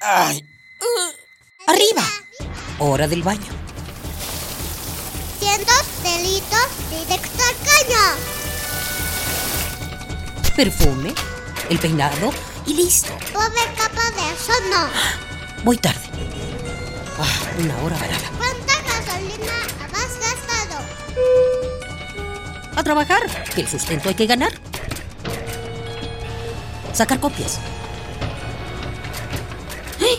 Ay. Arriba. Hora del baño. Cientos delitos directo al caño. Perfume, el peinado y listo. Pobre capa de ozono. Voy tarde. Ah, una hora varada. ¿Cuánta gasolina has gastado? A trabajar, que el sustento hay que ganar. Sacar copias. ¡Eh!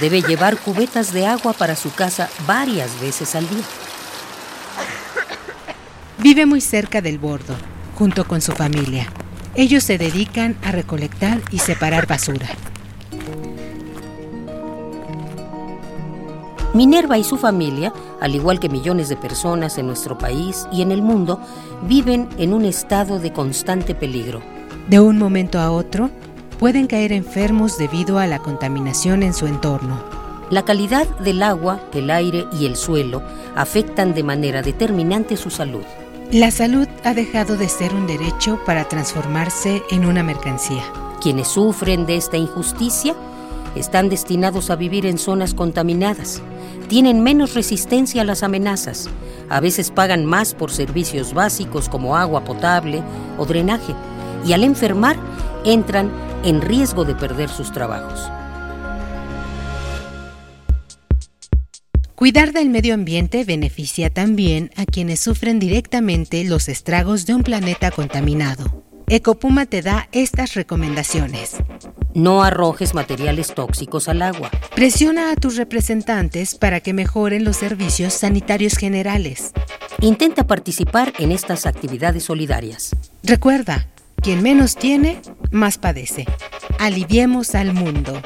debe llevar cubetas de agua para su casa varias veces al día. Vive muy cerca del bordo, junto con su familia. Ellos se dedican a recolectar y separar basura. Minerva y su familia, al igual que millones de personas en nuestro país y en el mundo, viven en un estado de constante peligro. De un momento a otro, pueden caer enfermos debido a la contaminación en su entorno. La calidad del agua, el aire y el suelo afectan de manera determinante su salud. La salud ha dejado de ser un derecho para transformarse en una mercancía. Quienes sufren de esta injusticia están destinados a vivir en zonas contaminadas, tienen menos resistencia a las amenazas, a veces pagan más por servicios básicos como agua potable o drenaje y al enfermar entran en riesgo de perder sus trabajos. Cuidar del medio ambiente beneficia también a quienes sufren directamente los estragos de un planeta contaminado. Ecopuma te da estas recomendaciones. No arrojes materiales tóxicos al agua. Presiona a tus representantes para que mejoren los servicios sanitarios generales. Intenta participar en estas actividades solidarias. Recuerda, quien menos tiene, más padece. Aliviemos al mundo.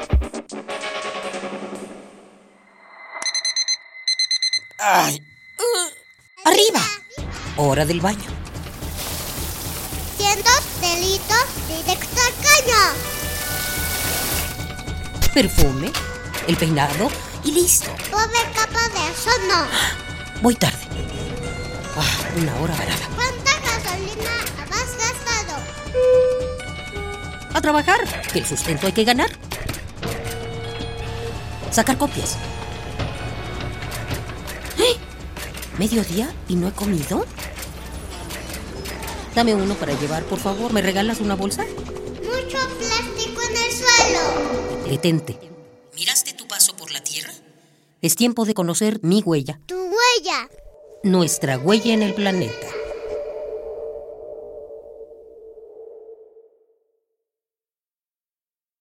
Arriba. Hora del baño. Cientos delitos directo al caño. Perfume, el peinado y listo. Pobre capa de ozono. Voy tarde. Ah, una hora varada. ¿Cuánta gasolina has gastado? A trabajar, que el sustento hay que ganar. Sacar copias. ¡Eh! ¿Mediodía y no he comido? Dame uno para llevar, por favor. ¿Me regalas una bolsa? Mucho plástico en el suelo. Detente. ¿Miraste tu paso por la Tierra? Es tiempo de conocer mi huella, Tu huella. nuestra huella en el planeta.